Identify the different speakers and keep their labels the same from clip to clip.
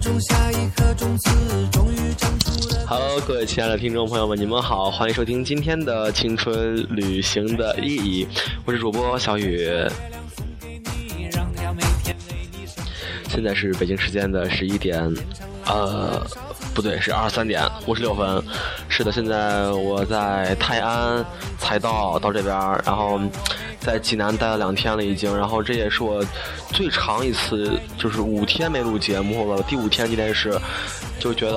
Speaker 1: 种下一刻种子，终于长出了。
Speaker 2: Hello，各位亲爱的听众朋友们，你们好，欢迎收听今天的《青春旅行的意义》，我是主播小雨。现在是北京时间的十一点，呃，不对，是二十三点五十六分。是的，现在我在泰安才到到这边儿，然后在济南待了两天了已经，然后这也是我最长一次，就是五天没录节目了。第五天今天是，就觉得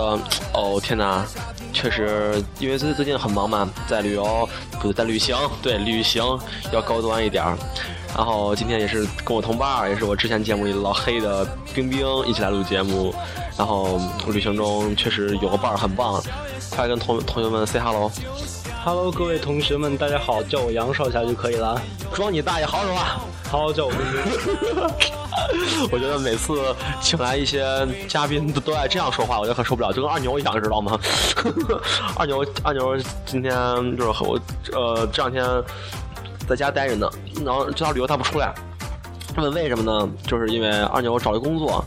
Speaker 2: 哦天哪，确实因为最最近很忙嘛，在旅游不在旅行，对旅行要高端一点儿。然后今天也是跟我同伴儿，也是我之前节目里老黑的冰冰一起来录节目。然后旅行中确实有个伴儿很棒，快跟同同学们 say hello。
Speaker 3: Hello，各位同学们，大家好，叫我杨少侠就可以了。
Speaker 2: 装你大爷，好手啊！
Speaker 3: 好，叫我冰冰。
Speaker 2: 我觉得每次请来一些嘉宾都都爱这样说话，我就很受不了，就跟二牛一样，知道吗？ 二牛，二牛今天就是和我呃这两天在家待着呢，然后这趟旅游他不出来，他问为什么呢？就是因为二牛找一工作，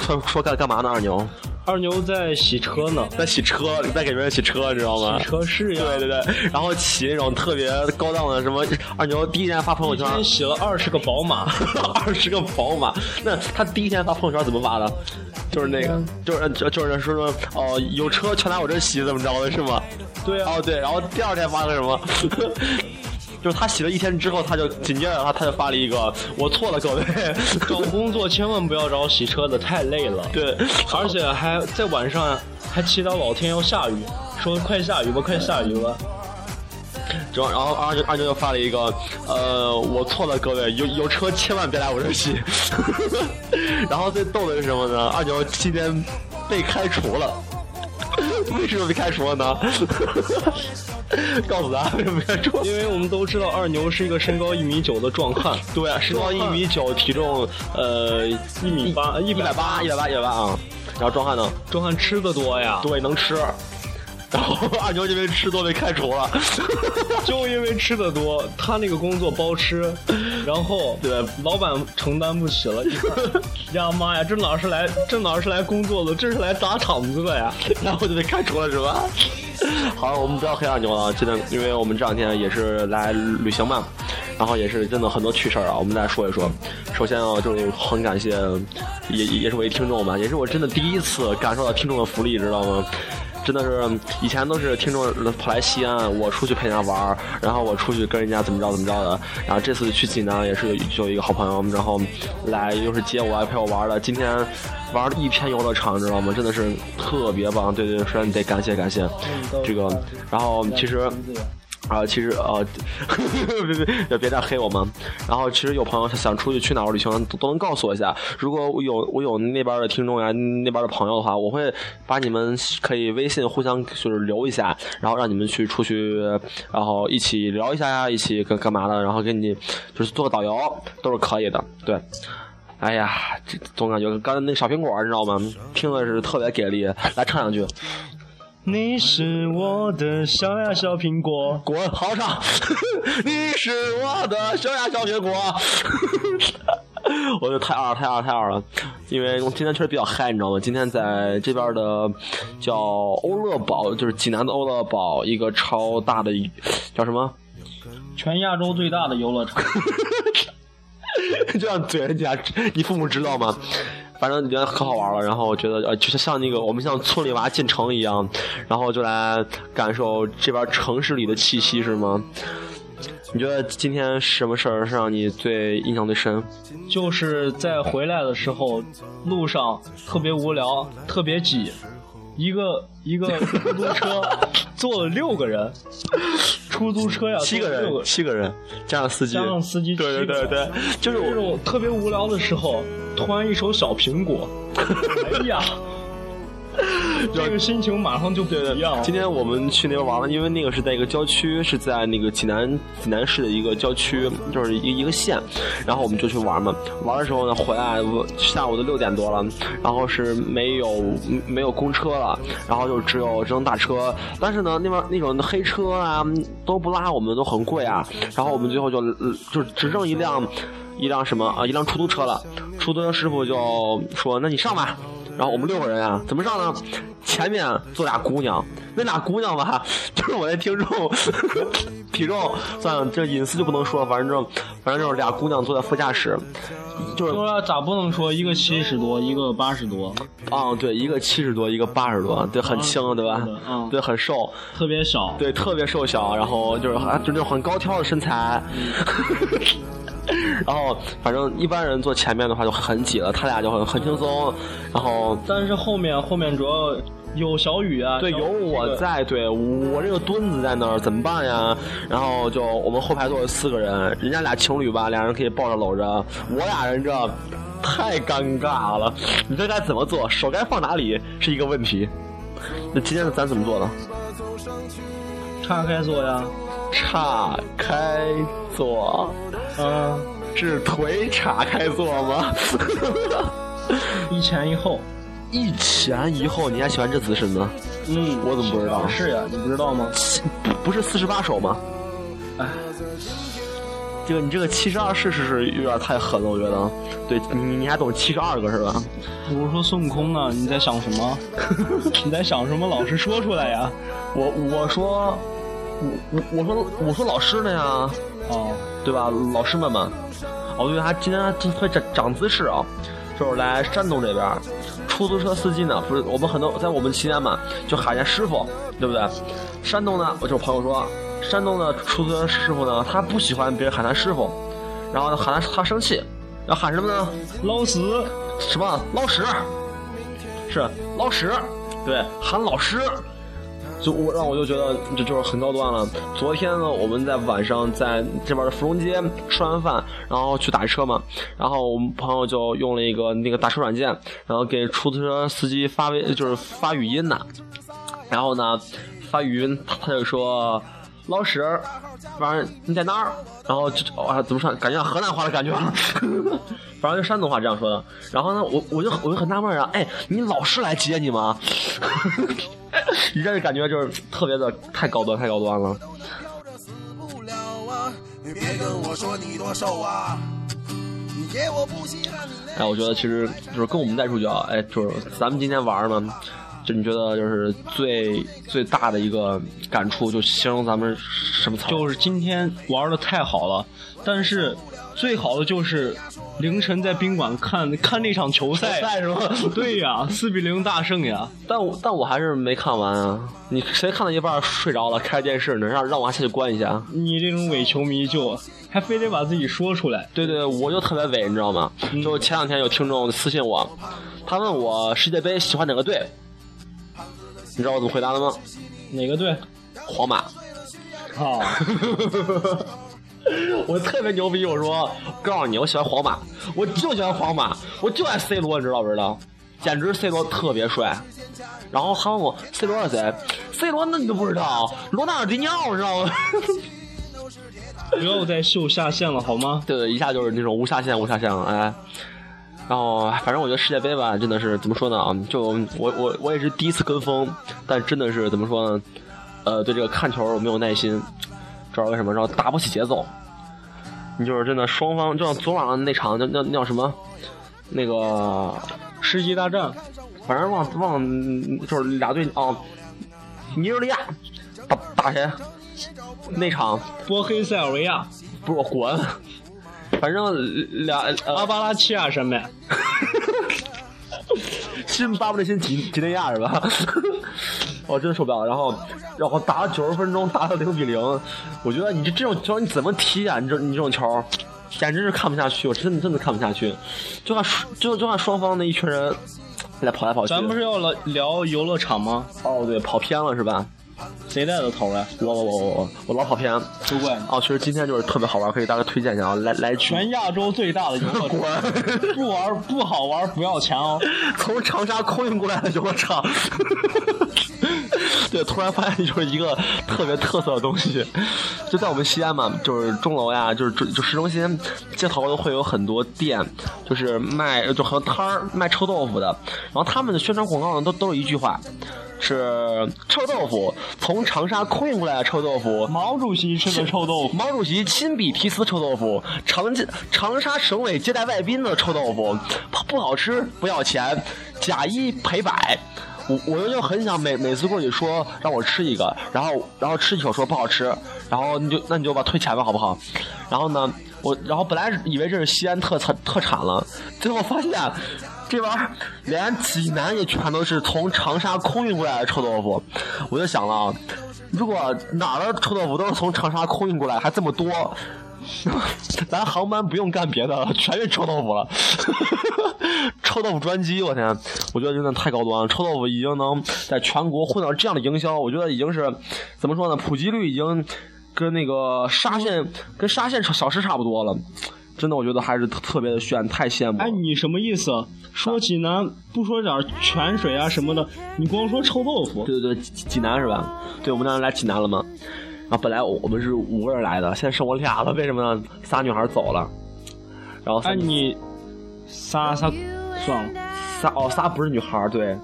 Speaker 2: 说 说干干嘛呢？二牛
Speaker 3: 二牛在洗车呢，
Speaker 2: 在洗车，在给别人洗车，你知道吗？
Speaker 3: 车是呀。
Speaker 2: 对对对，然后骑那种特别高档的什么二牛，第一天发朋友
Speaker 3: 今
Speaker 2: 圈，
Speaker 3: 天洗了二十个宝马，
Speaker 2: 二十个宝马，那他第一天发朋友圈怎么发的？就是那个，就是就就是说说哦，有车全来我这洗，怎么着的是吗？
Speaker 3: 对啊
Speaker 2: 哦对，然后第二天发的什么？ 就是他洗了一天之后，他就紧接着他他就发了一个，我错了各位，
Speaker 3: 找工作千万不要找洗车的，太累了。
Speaker 2: 对，
Speaker 3: 而且还在晚上还祈祷老天要下雨，说快下雨吧，快下雨吧。
Speaker 2: 然后然后二舅二舅又发了一个，呃，我错了，各位，有有车千万别来我这洗。 然后最逗的是什么呢？二舅今天被开除了。为什么被开除了呢？ 告诉咱为什么被开除？
Speaker 3: 因为我们都知道二牛是一个身高一米九的壮汉，
Speaker 2: 对，身高一米九，体重呃
Speaker 3: 一米八，啊一
Speaker 2: 一百八，一百八，一百八啊。然后壮汉呢？
Speaker 3: 壮汉吃的多呀，
Speaker 2: 对，能吃。 然后二牛因为吃多被开除了。
Speaker 3: 就因为吃的多，他那个工作包吃，然后
Speaker 2: 对
Speaker 3: 老板承担不起了。一看哎呀妈呀，这哪是来这哪是来工作的，这是来砸场子的 呀！
Speaker 2: 然后就被开除了是吧？好了，我们不要黑二牛了，真的，因为我们这两天也是来旅行嘛，然后也是真的很多趣事儿啊，我们再说一说。首先啊，就是很感谢，也也是我一听众吧，也是我真的第一次感受到听众的福利，知道吗？真的是以前都是听众跑来西安，我出去陪人家玩儿，然后我出去跟人家怎么着怎么着的，然后这次去济南也是有有一个好朋友，然后来又是接我，还陪我玩儿的。今天玩了一天游乐场，知道吗？真的是特别棒，对对，对，说你得感谢感谢这个。然后 其实。啊、其实呃， 别别别别再黑我们。然后其实有朋友想出去去哪儿旅行，都都能告诉我一下。如果我有我有那边的听众呀，那边的朋友的话，我会把你们可以微信互相就是留一下，然后让你们去出去，然后一起聊一下呀，一起干干嘛的，然后给你就是做个导游都是可以的，对。哎呀，这总感觉刚才那小苹果，你知道吗？听的是特别给力，来唱两句。
Speaker 3: 你是我的小呀小苹果，
Speaker 2: 滚，好上！ 你是我的小呀小苹果。 我就太二了太二了太二了，因为我今天确实比较嗨，你知道吗？今天在这边的叫欧乐堡，就是济南的欧乐堡，一个超大的一叫什么？
Speaker 3: 全亚洲最大的游乐场。
Speaker 2: 这样怼人家，你父母知道吗？反正觉得可好玩了，然后觉得呃，就是像那个我们像村里娃进城一样，然后就来感受这边城市里的气息，是吗？你觉得今天什么事儿是让你最印象最深？
Speaker 3: 就是在回来的时候，路上特别无聊，特别挤，一个一个出租 车坐了六个人，出租车呀，
Speaker 2: 七个
Speaker 3: 坐了六
Speaker 2: 人，七个人，加上司机，
Speaker 3: 加上司机
Speaker 2: 对
Speaker 3: 七个
Speaker 2: 对对
Speaker 3: 人
Speaker 2: 对，就是
Speaker 3: 这
Speaker 2: 我，
Speaker 3: 种特别无聊的时候，突然一首《小苹 果》，哎呀，这个心情马上就不一样了。
Speaker 2: 今天我们去那边玩了，因为那个是在一个郊区，是在那个济南济南市的一个郊区，就是一一个县。然后我们就去玩嘛，玩的时候呢，回来我下午都六点多了，然后是没有没有公车了，然后就只有只能打车。但是呢，那边那种黑车啊都不拉我们，都很贵啊。然后我们最后就就只剩一辆。一辆什么啊？一辆出租车了。出租车师傅就说：“那你上吧。”然后我们六个人啊，怎么上呢？前面坐俩姑娘，那俩姑娘吧， 就是我那听众 体重，算了，这隐私就不能说，反正就反正就是俩姑娘坐在副驾驶，就是
Speaker 3: 说了咋不能说一个七十多，一个八十多，
Speaker 2: 啊、对，一个七十多，一个八十多，对，很轻，对吧
Speaker 3: 是的？嗯
Speaker 2: 对，很瘦，
Speaker 3: 特别小。
Speaker 2: 对，特别瘦小，然后就是啊，就那种很高挑的身材。
Speaker 3: 嗯
Speaker 2: 然后，反正一般人坐前面的话就很挤了，他俩就很很轻松。然后，
Speaker 3: 但是后面后面主要有小雨啊，
Speaker 2: 对，
Speaker 3: 小雨
Speaker 2: 有我
Speaker 3: 这个，
Speaker 2: 在，对我这个墩子在那儿怎么办呀？然后就我们后排坐了四个人，人家俩情侣吧，俩人可以抱着搂着，我俩人这太尴尬了。你这该怎么做？手该放哪里是一个问题。那今天咱怎么做呢？
Speaker 3: 岔开坐呀，
Speaker 2: 岔开坐，
Speaker 3: 嗯，
Speaker 2: 是腿岔开坐吗？
Speaker 3: 一前一后，
Speaker 2: 一前一后，你还喜欢这姿势呢？
Speaker 3: 嗯，
Speaker 2: 我怎么不知道
Speaker 3: 是呀，你不知道吗？
Speaker 2: 不不是四十八手吗？
Speaker 3: 哎，
Speaker 2: 这个你这个七十二式是是有点太狠了，我觉得。对你你还懂七十二个是吧？
Speaker 3: 我说孙悟空呢，你在想什 么？你在想什么？老实说出来呀！
Speaker 2: 我我说我我我说我说老师呢呀，
Speaker 3: 哦，
Speaker 2: 对吧？老师们们，哦对，他今天他会长长姿势啊，就是来山东这边儿，出租车司机呢，不是我们很多在我们西安嘛，就喊人家师傅，对不对？山东呢，我就朋友说，山东的出租车师傅呢，他不喜欢别人喊他师傅，然后呢喊他他生气，然后喊什么呢？
Speaker 3: 捞死！
Speaker 2: 什么捞屎，是捞屎，对，喊老师，就我让我就觉得这就是很高端了。昨天呢，我们在晚上在这边的芙蓉街吃完饭，然后去打车嘛，然后我们朋友就用了一个那个打车软件，然后给出租车司机发微就是发语音呢，然后呢发语音他他就说。捞屎，反正你在哪儿？然后就哇，怎么说？感觉像河南话的感觉， 反正就山东话这样说的。然后呢，我我就我就很纳闷啊，哎，你老师来接你吗？ 你这感觉就是特别的太高端，太高端了。
Speaker 1: 不了啊！你别跟我说你多瘦啊！你给我不稀罕你
Speaker 2: 哎，我觉得其实就是跟我们代主角，哎，就是咱们今天玩儿嘛，就你觉得就是最最大的一个感触，就形容咱们什么词儿？
Speaker 3: 就是今天玩的太好了，但是最好的就是凌晨在宾馆看看那场球赛，
Speaker 2: 球赛是吗
Speaker 3: 对呀，四比零大胜呀！
Speaker 2: 但我但我还是没看完啊！你谁看到一半儿睡着了，开着电视呢，让让我还下去关一下。啊
Speaker 3: 你这种伪球迷就还非得把自己说出来，
Speaker 2: 对对，我就特别伪，你知道吗？就前两天有听众私信我，他问我世界杯喜欢哪个队，你知道我怎么回答的吗？
Speaker 3: 哪个队？啊
Speaker 2: 皇马。
Speaker 3: 靠，
Speaker 2: 我特别牛逼，我说告诉你，我喜欢皇马，我就喜欢皇马，我就爱 C 罗，你知道不知道？简直 C 罗特别帅。然后他问我 C 罗是谁？C 罗那你都不知道，罗纳尔迪尼奥，你知道吗？
Speaker 3: 不要再秀下限了好吗？
Speaker 2: 对，一下就是那种无下限，无下限了，哎。然后，反正我觉得世界杯吧，真的是怎么说呢啊？就我我我也是第一次跟风，但真的是怎么说呢？呃，对这个看球没有耐心，知道为什么？然后打不起节奏。你就是真的双方，就像昨晚上那场，那那那叫什么？那个，
Speaker 3: 世纪大战，
Speaker 2: 反正忘忘，就是俩队啊，尼日利亚打打谁？那场
Speaker 3: 波黑塞尔维亚、
Speaker 2: 不是我滚，反正俩呃
Speaker 3: 阿巴拉契亚山脉，
Speaker 2: 新巴布内新几几内亚是吧？ 我真受不了了。然后，然后打了九十分钟，打到零比零，我觉得你这这种球你怎么踢啊？你这你这种球，简直是看不下去，我真的真的看不下去。就看双就就看双方那一群人在跑来跑去。
Speaker 3: 咱不是要了聊游乐场吗？
Speaker 2: 哦对，跑偏了是吧？
Speaker 3: 谁带的头啊？
Speaker 2: 我我我我我老跑偏。
Speaker 3: 都怪你。
Speaker 2: 哦，其实今天就是特别好玩，可以大家推荐一下啊，来来去。
Speaker 3: 全亚洲最大的游 乐场， 不玩不好玩不要钱哦。
Speaker 2: 从长沙空运过来的游乐场。对，突然发现就是一个特别特色的东西，就在我们西安嘛，就是钟楼呀，就是就就市中心街头都会有很多店，就是卖就很多摊儿卖臭豆腐的，然后他们的宣传广告呢都都是一句话，是臭豆腐从长沙空运过来的臭豆腐，
Speaker 3: 毛主席吃的臭豆腐，
Speaker 2: 毛主席亲笔题词臭豆腐，长长沙省委接待外宾的臭豆腐，不好吃不要钱，假一赔百。我我就就很想每每次过去说让我吃一个，然后然后吃一口说不好吃，然后你就那你就把退钱吧，好不好？然后呢，我然后本来以为这是西安特产特产了，最后发现这玩意儿连济南也全都是从长沙空运过来的臭豆腐，我就想了啊，如果哪儿的臭豆腐都是从长沙空运过来，还这么多。 咱航班不用干别的了，全是臭豆腐了。 臭豆腐专机，我天，我觉得真的太高端了。臭豆腐已经能在全国混到这样的营销，我觉得已经是怎么说呢？普及率已经跟那个沙县、跟沙县小吃差不多了。真的，我觉得还是特特别的炫，太羡慕了。
Speaker 3: 哎，你什么意思啊？说济南不说点儿泉水啊什么的，你光说臭豆腐，
Speaker 2: 对对对，济济南是吧？对，我们当时来济南了嘛。啊，本来我我们是五个人来的，现在剩我俩了，为什么呢？仨女孩走了，然后仨
Speaker 3: 哎，你仨仨算了，
Speaker 2: 仨哦仨不是女孩，对，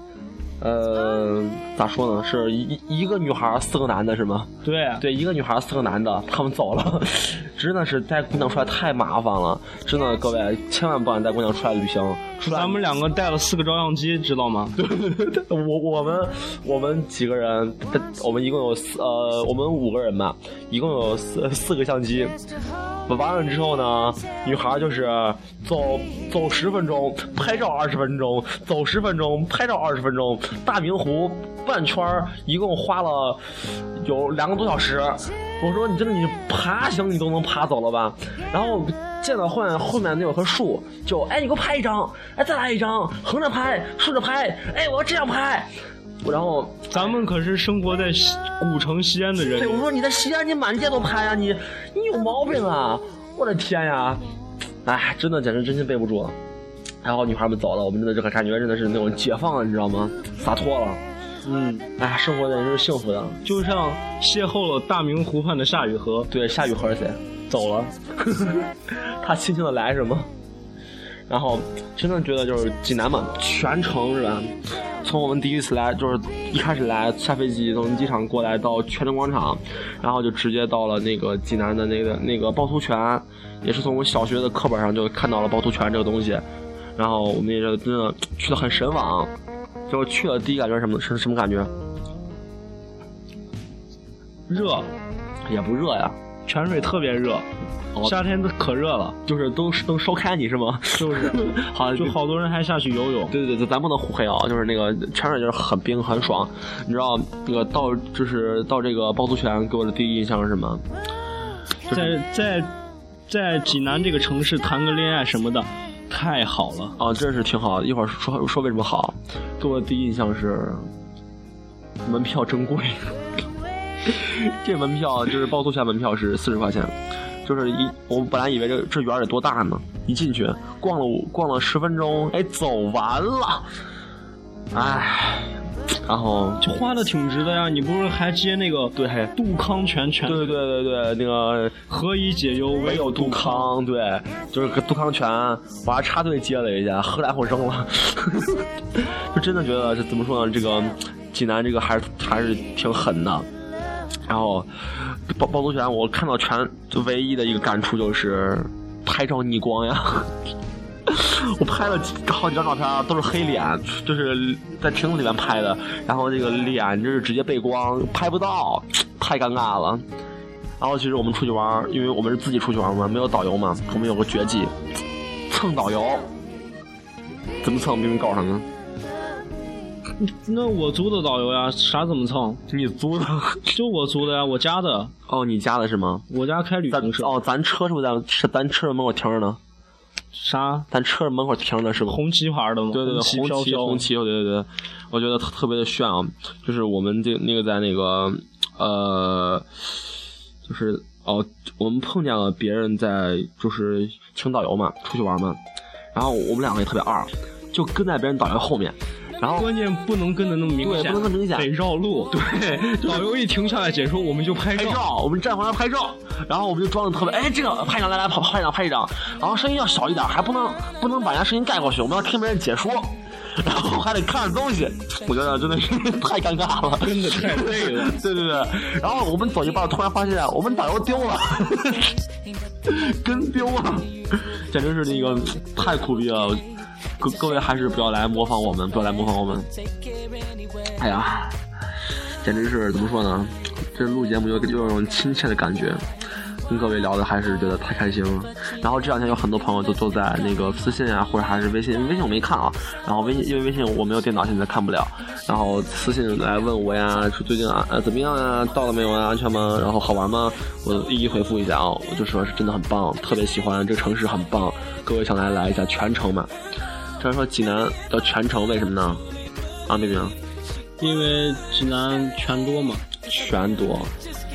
Speaker 2: 呃，咋说呢？是一一个女孩，四个男的是吗？
Speaker 3: 对啊
Speaker 2: 对，一个女孩，四个男的，他们走了， 真的是带姑娘出来太麻烦了，真的各位千万不敢带姑娘出来旅行，出来
Speaker 3: 咱们两个带了四个照相机，知道吗？
Speaker 2: 我我们我们几个人，我们一共有四呃，我们五个人吧，一共有四四个相机。完了之后呢，女孩就是呃走走十分钟，拍照二十分钟，走十分钟，拍照二十分钟，大明湖半圈儿一共花了有两个多小时。我说你真的你爬行你都能爬走了吧？然后见到后面后面那有棵树，就哎你给我拍一张，哎再来一张，横着拍，竖着拍，哎我要这样拍。然后
Speaker 3: 咱们可是生活在西古城西安的
Speaker 2: 对，
Speaker 3: 人，
Speaker 2: 哎我说你在西安，你满街都拍啊，你你有毛病啊！我的天呀、哎，真的简直真心背不住了。还好女孩们走了，我们真的就感觉真的是那种解放了，你知道吗？洒脱了，
Speaker 3: 嗯，
Speaker 2: 哎，生活简直是幸福的。
Speaker 3: 就像邂逅了大明湖畔的夏雨荷，
Speaker 2: 对，夏雨荷是谁？
Speaker 3: 走了，
Speaker 2: 他轻轻的来什么？然后真的觉得就是济南嘛，全程是吧？从我们第一次来，就是一开始来下飞机从机场过来到泉城广场，然后就直接到了那个济南的那个那个趵突泉，也是从我小学的课本上就看到了趵突泉这个东西，然后我们也是真的去的很神往，就是去了第一感觉是什么是什么感觉？
Speaker 3: 热，
Speaker 2: 也不热呀，
Speaker 3: 泉水特别热，
Speaker 2: 哦
Speaker 3: 夏天都可热了，
Speaker 2: 就是都能烧开你是吗？
Speaker 3: 就是，
Speaker 2: 好，
Speaker 3: 就好多人还下去游泳，
Speaker 2: 对对对，咱不能互黑啊，就是那个泉水就是很冰很爽，你知道那个到就是到这个趵突泉给我的第一印象是什么？
Speaker 3: 在在在济南这个城市谈个恋爱什么的，太好了。
Speaker 2: 啊，真是挺好，一会儿说说为什么好，给我的第一印象是门票真贵， 这门票就是趵突泉门票是四十块钱。就是一，我们本来以为这这园儿得多大呢，一进去逛了五逛了十分钟，哎，走完了，哎，然后
Speaker 3: 就花的挺值的呀，你不是还接那个
Speaker 2: 对嘿
Speaker 3: 杜康泉泉？
Speaker 2: 对对对对，那个
Speaker 3: 何以解忧，唯
Speaker 2: 没有杜
Speaker 3: 康。
Speaker 2: 康，对，就是个杜康泉，我还插队接了一下，喝了后扔了， 就真的觉得这怎么说呢？这个济南这个还是还是挺狠的。然后趵趵突泉，我看到全就唯一的一个感触就是拍照逆光呀。 我拍了几好几张照片啊，都是黑脸，就是在亭子里面拍的，然后这个脸就是直接背光，拍不到，太尴尬了。然后其实我们出去玩儿，因为我们是自己出去玩儿嘛，没有导游嘛，我们有个绝技，蹭导游。怎么蹭？明明告诉他们，
Speaker 3: 那我租的导游呀，啥怎么蹭？
Speaker 2: 你租的。
Speaker 3: 就我租的呀，我家的，
Speaker 2: 哦，你家的是吗？
Speaker 3: 我家开旅
Speaker 2: 咱
Speaker 3: 行社。
Speaker 2: 哦，咱车是不是在是咱车门口停着呢？
Speaker 3: 啥
Speaker 2: 咱车门口停着呢是吧？
Speaker 3: 红旗牌的吗？
Speaker 2: 对对对，
Speaker 3: 红
Speaker 2: 红
Speaker 3: 飘
Speaker 2: 旗
Speaker 3: 飘。
Speaker 2: 红旗，对对对，我觉得特特别的炫啊！就是我们这那个在那个呃，就是哦，我们碰见了别人在就是请导游嘛，出去玩嘛，然后我们两个也特别二，就跟在别人导游后面，然后
Speaker 3: 关键不能跟的那么明
Speaker 2: 对
Speaker 3: 显，
Speaker 2: 不能跟明显
Speaker 3: 得绕路。对，导游一停下来解说，我们就拍
Speaker 2: 拍
Speaker 3: 照。
Speaker 2: 照，我们站旁边拍照，然后我们就装的特别，哎，这个拍一张，来来，拍拍一张，拍一张，然后声音要小一点，还不能不能把人家声音盖过去，我们要听别人解说，然后还得看着东西，我觉得真的是 太尴尬了，
Speaker 3: 真的太累了。
Speaker 2: 对对对，然后我们走一半，突然发现我们导游丢了，跟丢了，简直是那个太苦逼了。各各位还是不要来模仿我们，不要来模仿我们。哎呀，简直是怎么说呢？这录节目有有一种亲切的感觉，跟各位聊的还是觉得太开心了。然后这两天有很多朋友都都在那个私信啊，或者还是微信，微信我没看啊。然后微信因为微信我没有电脑，现在看不了。然后私信来问我呀，说最近啊呃怎么样啊，到了没有啊，安全吗？然后好玩吗？我一一回复一下啊，我就说是真的很棒，特别喜欢这个城市很棒，各位想来来一下全程嘛。虽然说济南叫全程，为什么呢？啊，冰冰。
Speaker 4: 因为济南全多嘛，
Speaker 2: 全多，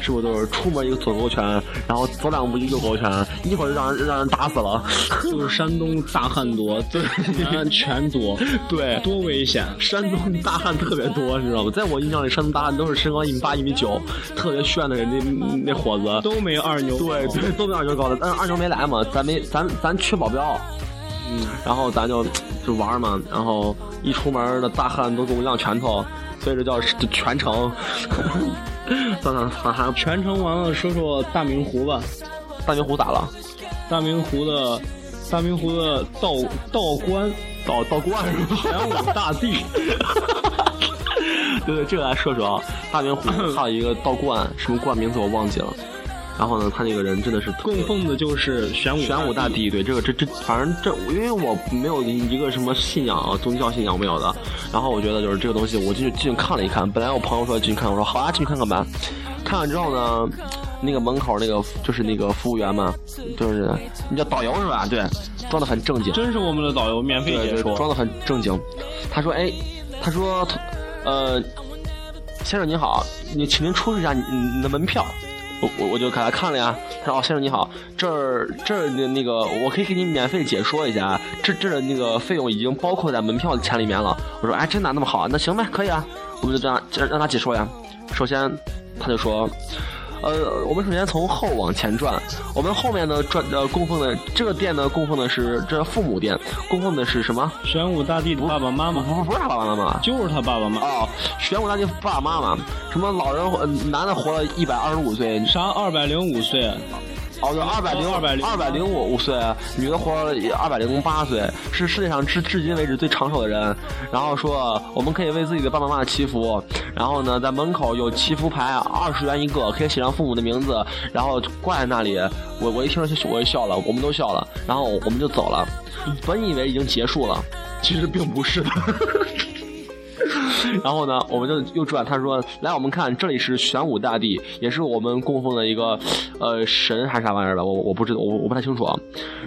Speaker 2: 是不是都是出门一个左勾拳，然后走两步一个勾拳，一会儿就让人让人打死 了。
Speaker 4: 就是山东大汉多，对，济南全多，
Speaker 2: 对，
Speaker 4: 多危险！
Speaker 2: 山东大汉特别多，你知道吗？在我印象里，山东大汉都是身高一米八、一米九，特别炫的人那那伙子。
Speaker 4: 都没二牛，
Speaker 2: 对对，都比二牛高的，但是二牛没来嘛，咱没咱咱缺保镖，嗯，然后咱就就玩嘛，然后一出门那大汉都给我亮拳头，所以这叫就全程。算算算，还
Speaker 4: 全程完了，说说大明湖吧。
Speaker 2: 大明湖咋了？
Speaker 4: 大明湖的大明湖的道道观，
Speaker 2: 倒倒灌是吧？
Speaker 4: 玄武大帝，
Speaker 2: 对对，这个来说说啊，大明 湖还有一个道观，什么观名字我忘记了。然后呢，他那个人真的是特
Speaker 4: 供奉的就是玄武
Speaker 2: 玄武大帝，对这个这这，反正这因为我没有一个什么信仰啊，宗教信仰没有的。然后我觉得就是这个东西，我进去进去看了一看。本来我朋友说进去看，我说好啊，进去看看吧。看完之后呢，那个门口那个就是那个服务员嘛，就是你叫导游是吧？对，装的很正经。
Speaker 4: 真是我们的导游免费
Speaker 2: 对
Speaker 4: 解
Speaker 2: 对，
Speaker 4: 说。
Speaker 2: 装的很正经。他说：“哎，他说，呃，先生您好，你请您出示一下你你的门票。”我我我就给他看了呀，他说：“哦，先生您好，这儿这儿的那个，我可以给您免费解说一下啊，这这儿的那个费用已经包括在门票的钱里面了。”我说：“哎，真的那么好啊？那行呗，可以啊。”我们就让让让他解说呀。首先，他就说。呃，我们首先从后往前转，我们后面呢转呃供奉的这个殿呢供奉的是这父母殿，供奉的是什么？
Speaker 4: 玄武大帝的爸爸妈妈，
Speaker 2: 不不是他爸爸妈妈。
Speaker 4: 就是他爸爸妈妈。
Speaker 2: 哦，玄武大帝爸爸妈妈，什么老人活呃男的活了一百二十五岁，
Speaker 4: 啥？二百零五岁，
Speaker 2: 哦对，二百零
Speaker 4: 205
Speaker 2: 二百零五五岁，女的活了二百零八岁，是世界上至至今为止最长寿的人。然后说我们可以为自己的爸爸妈妈祈福，然后呢在门口有祈福牌，二十元一个，可以写上父母的名字，然后挂在那里。我我一听就我就笑了，我们都笑了，然后我们就走了。本以为已经结束了，其实并不是的。然后呢，我们就又转，他说：“来，我们看这里是玄武大帝，也是我们供奉的一个，呃，神还是啥玩意儿吧，我我不知道，我我不太清楚啊。”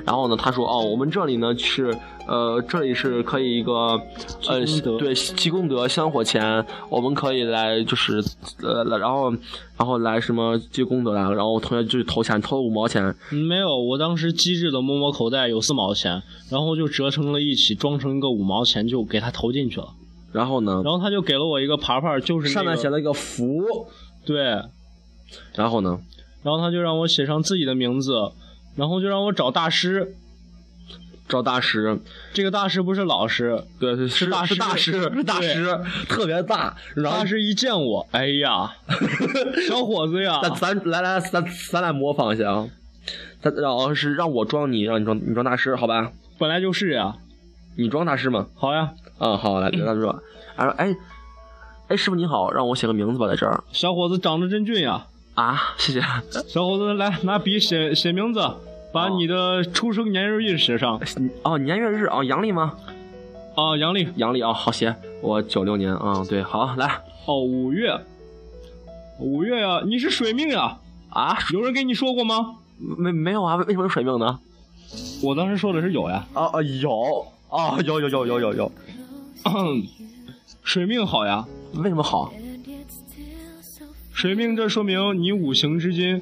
Speaker 2: 然后呢，他说：“哦，我们这里呢是，呃，这里是可以一个，呃
Speaker 4: 积功，德
Speaker 2: 对，积功德、香火钱，我们可以来就是，呃，来然后然后来什么积功德来啊了，然后我同学就投钱，投了五毛钱，
Speaker 4: 没有，我当时机智的摸摸口袋有四毛钱，然后就折成了一起，装成一个五毛钱，就给他投进去了。
Speaker 2: 然后呢，
Speaker 4: 然后他就给了我一个牌牌，就是、那
Speaker 2: 上
Speaker 4: 个、
Speaker 2: 面写了一个福，
Speaker 4: 对，然
Speaker 2: 然后呢，
Speaker 4: 后他就让我写上自己的名字，然后就让我找大师。
Speaker 2: 赵大师，
Speaker 4: 这个大师不是老师，
Speaker 2: 对，是是
Speaker 4: 大
Speaker 2: 是大
Speaker 4: 师
Speaker 2: 师，是大
Speaker 4: 对
Speaker 2: 师，特别大。然后
Speaker 4: 大师一见我，哎呀， 小伙子呀，
Speaker 2: 咱咱来来咱咱俩模仿一下啊，咱然后是让我装你，让你装你装大师，好吧？
Speaker 4: 本来就是呀，
Speaker 2: 你装大师嘛？
Speaker 4: 好呀，
Speaker 2: 啊、好，来，大师说，他说，哎，哎，师傅你好，让我写个名字吧，在这儿
Speaker 4: 小伙子长得真俊呀，
Speaker 2: 啊，谢谢。
Speaker 4: 小伙子来拿笔写写名字，把
Speaker 2: 哦
Speaker 4: 你的出生年月日写上
Speaker 2: 哦，年月日哦，阳历吗？
Speaker 4: 啊，杨丽
Speaker 2: 阳历啊、好写，我九六年啊、对，好来
Speaker 4: 哦，五月，五月呀、你是水命呀、
Speaker 2: 啊，
Speaker 4: 有人跟你说过吗？
Speaker 2: 没没有啊？为为什么有水命呢？
Speaker 4: 我当时说的是有呀，
Speaker 2: 啊啊有啊有有有有有有，
Speaker 4: 水命好呀，
Speaker 2: 为什么好？
Speaker 4: 水命这说明你五行之金，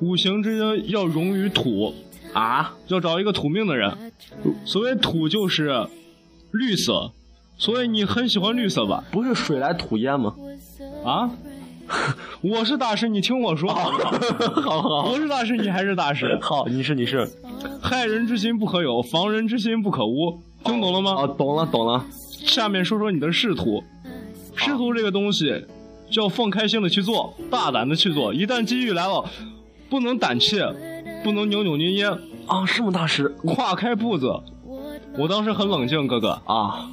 Speaker 4: 五行之金要融于土，
Speaker 2: 啊，
Speaker 4: 要找一个土命的人。所谓土就是绿色，所以你很喜欢绿色吧？
Speaker 2: 不是水来土淹吗？
Speaker 4: 啊？我是大师，你听我说，
Speaker 2: 好好
Speaker 4: 不是大师，你还是大师。
Speaker 2: 好，你是你是，
Speaker 4: 害人之心不可有，防人之心不可无，听懂了吗？
Speaker 2: 哦，懂了懂了，
Speaker 4: 下面说说你的仕途。仕途这个东西，就要放开心的去做，大胆的去做。一旦机遇来了，不能胆怯，不能扭扭捏捏，
Speaker 2: 哦啊，是吗，大师？
Speaker 4: 跨开步子，我当时很冷静，哥哥。
Speaker 2: 啊，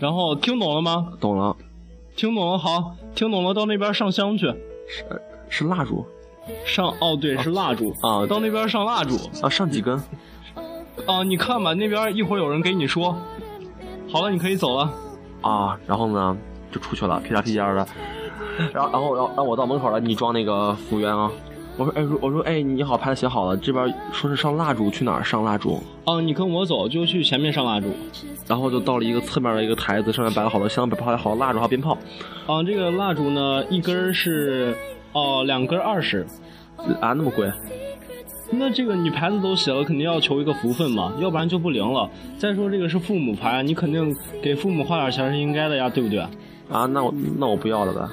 Speaker 4: 然后听懂了吗？
Speaker 2: 懂了，
Speaker 4: 听懂了，好，听懂了，到那边上香去。
Speaker 2: 是蜡烛
Speaker 4: 上哦，对，是蜡烛
Speaker 2: 啊
Speaker 4: 到那边上蜡烛
Speaker 2: 啊，上几根？
Speaker 4: 啊！你看吧，那边一会儿有人给你说。好了，你可以走了。
Speaker 2: 啊，然后呢就出去了，屁颠屁颠儿的。然后，然后，然后，然后我到门口了，你装那个服务员啊。我说，哎，如我说，哎，你好，牌子写好了，这边说是上蜡烛，去哪儿上蜡烛？
Speaker 4: 啊，你跟我走，就去前面上蜡烛。
Speaker 2: 然后就到了一个侧面的一个台子，上面摆了好多香，摆了好多蜡烛，还有鞭炮。
Speaker 4: 啊，这个蜡烛呢，一根儿是哦、两根二十。
Speaker 2: 啊，那么贵？
Speaker 4: 那这个你牌子都写了，肯定要求一个福分嘛，要不然就不灵了。再说这个是父母牌，你肯定给父母花点钱是应该的呀，对不对？
Speaker 2: 啊，那我那我不要了呗。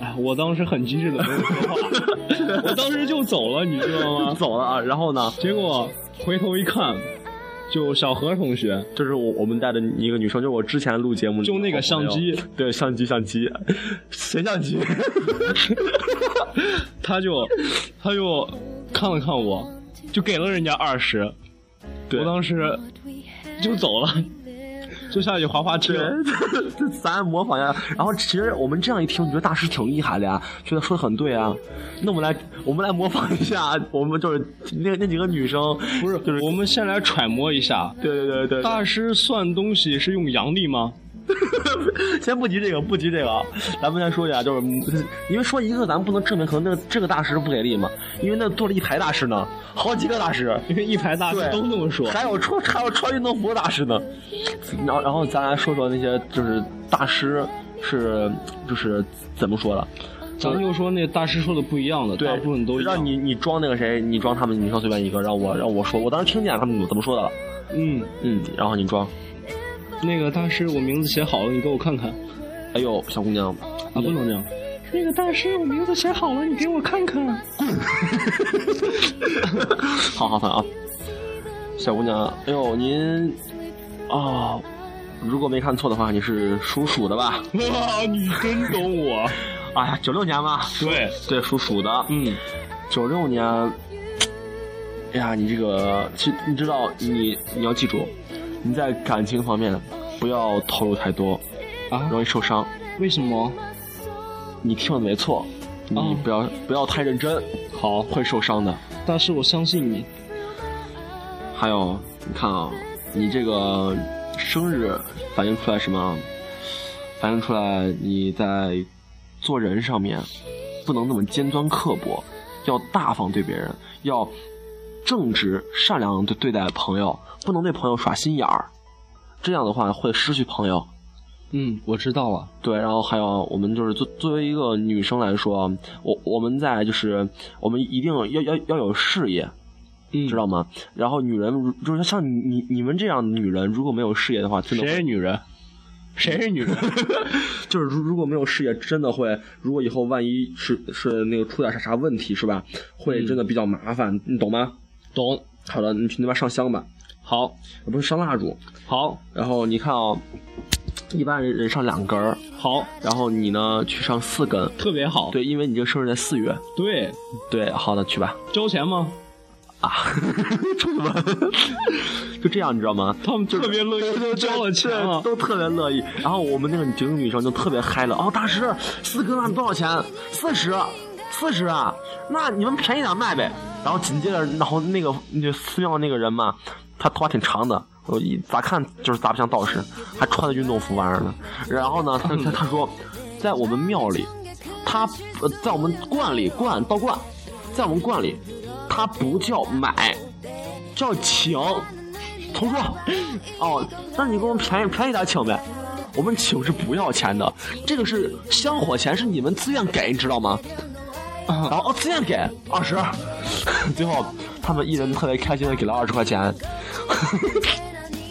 Speaker 4: 哎，我当时很机智的没有说话， 我当时就走了，你知道吗？
Speaker 2: 走了啊，然后呢，
Speaker 4: 结果回头一看，就小何同学，
Speaker 2: 就是我我们带的一个女生，就是我之前录节目
Speaker 4: 就那个相机，
Speaker 2: 对相机相机， 谁相机？
Speaker 4: 他就他就看了看我，就给了人家二十，
Speaker 2: 对
Speaker 4: 我当时就走了，就下去滑滑梯了。
Speaker 2: 咱模仿呀。然后其实我们这样一听，觉得大师挺厉害的呀，觉得说的很对啊。那我们来我们来模仿一下，我们就是那那几个女生，
Speaker 4: 不是，我们先来揣摩一下，
Speaker 2: 对对对对，
Speaker 4: 大师算东西是用阳历吗？
Speaker 2: 先不提这个，不提这个，啊，咱们先说一下，就是嗯因为说一个，咱们不能证明可能那个这个大师不给力嘛，因为那做了一排大师呢，好几个大师。
Speaker 4: 因为一排大师
Speaker 2: 对
Speaker 4: 都那么说。
Speaker 2: 还有穿还有穿运动服的大师呢。然后然后咱来说说那些就是大师是就是怎么说的？
Speaker 4: 咱们又说那大师说的不一样的，大部分都一样。
Speaker 2: 让你你装那个谁，你装他们女生随便一个，让我让我说，我当时听见他们怎么说的了。
Speaker 4: 嗯，
Speaker 2: 嗯，然后你装，
Speaker 4: 那个大师，我名字写好了，你给我看看。啊，
Speaker 2: 哎呦，小姑娘，
Speaker 4: 不能这样。那个大师，我名字写好了，你给我看看。
Speaker 2: 好好烦啊，小姑娘，哎呦您啊、如果没看错的话，你是属鼠的吧？
Speaker 4: 哇，你真懂我。
Speaker 2: 哎呀，九六年嘛，
Speaker 4: 对，
Speaker 2: 对，属鼠的，嗯
Speaker 4: 嗯，
Speaker 2: 九六年，哎呀，你这个，其你知道，你你要记住，你在感情方面不要投入太多，
Speaker 4: 啊
Speaker 2: 容易受伤。
Speaker 4: 为什么？
Speaker 2: 你听的没错，你
Speaker 4: 嗯
Speaker 2: 不要、不要太认真，好会受伤的。
Speaker 4: 大师，我相信你。
Speaker 2: 还有，你看啊，你这个生日反映出来什么？啊反映出来你在做人上面不能那么尖酸刻薄，要大方对别人，要正直善良的对待朋友，不能对朋友耍心眼儿。这样的话会失去朋友。
Speaker 4: 嗯，我知道了。
Speaker 2: 对，然后还有我们就是作作为一个女生来说，啊我我们在就是我们一定要要要有事业，
Speaker 4: 嗯，
Speaker 2: 知道。吗？然后女人如就是像你你你们这样的女人，如果没有事业的话，真的
Speaker 4: 谁是
Speaker 2: 会
Speaker 4: 女人？谁是女 人？
Speaker 2: 就是如如果没有事业，真的会，如果以后万一是是那个出点啥啥问题，是吧？会真的比较麻烦，你懂吗？
Speaker 4: 嗯懂。
Speaker 2: 好了，你去那边上香吧，
Speaker 4: 好，
Speaker 2: 不是上蜡烛。
Speaker 4: 好，
Speaker 2: 然后你看啊、一般人人上两根儿，
Speaker 4: 好，
Speaker 2: 然后你呢去上四根。
Speaker 4: 特别好。
Speaker 2: 对，因为你这个生日在四月。
Speaker 4: 对，
Speaker 2: 对，好的，去吧。
Speaker 4: 交钱吗？
Speaker 2: 就这样，你知道吗？
Speaker 4: 他们特别乐意，交了钱啊了
Speaker 2: 对，。都特别乐意。然后我们那个几个女生就特别嗨了，哦，大师，四根蜡烛多少钱？四十，四十啊？那你们便宜点卖呗。然后紧接着，然后那个那寺庙那个人嘛，他头发挺长的，我一咋看就是咋不像道士，还穿的运动服玩意儿呢。然后呢，他
Speaker 4: 嗯
Speaker 2: 他他说，在我们庙里，他呃在我们观里观道观，在我们观里，他不叫买，叫请。同桌，哦，那你给我们便宜便宜点请呗。我们请是不要钱的，这个是香火钱，是你们自愿给，你知道吗？然后哦，自愿给二十， 最后他们一人特别开心的给了二十块钱，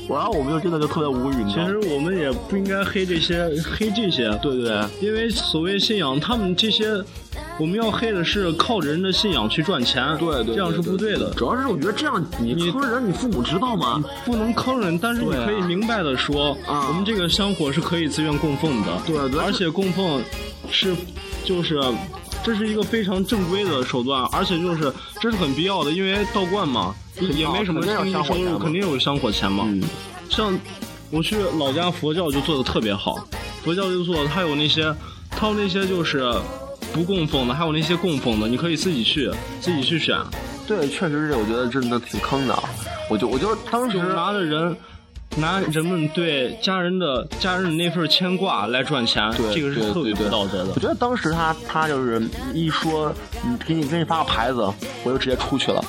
Speaker 2: 然后我们就真的就特别无语，你知
Speaker 4: 其
Speaker 2: 道吗
Speaker 4: 实我们也不应该黑这些，黑这些，啊
Speaker 2: 对对对
Speaker 4: 因为所谓信仰，他们这些我们要黑的是靠着人的信仰去赚钱，
Speaker 2: 对对，
Speaker 4: 这样是不对的，
Speaker 2: 主要是我觉得这样你坑人，你父母知道吗？
Speaker 4: 不能坑人。但是你
Speaker 2: 对啊
Speaker 4: 可以明白的说，
Speaker 2: 啊
Speaker 4: 我们这个香火是可以自愿供奉的，
Speaker 2: 对对
Speaker 4: 而且供奉是就是这是一个非常正规的手段，而且就是这是很必要的，因为道观嘛，也没什
Speaker 2: 嗯啊
Speaker 4: 么
Speaker 2: 肯定要
Speaker 4: 经济
Speaker 2: 香火
Speaker 4: 收
Speaker 2: 钱
Speaker 4: 入，
Speaker 2: 嘛嗯
Speaker 4: 肯定有香火钱嘛。像我去老家佛教就做的特别好，佛教就做的，它有那些，它有那些就是不供奉的，还有那些供奉的，你可以自己去自己去选，
Speaker 2: 对，确实是，我觉得真的挺坑的啊。我就我就当时
Speaker 4: 就拿着人。拿人们对家人的家人的那份牵挂来赚钱，
Speaker 2: 对
Speaker 4: 这个是
Speaker 2: 对
Speaker 4: 特
Speaker 2: 对
Speaker 4: 别不
Speaker 2: 对
Speaker 4: 道德的
Speaker 2: 我。觉得当时他他就是一说，嗯，给你给你发个牌子，我就直接出去了。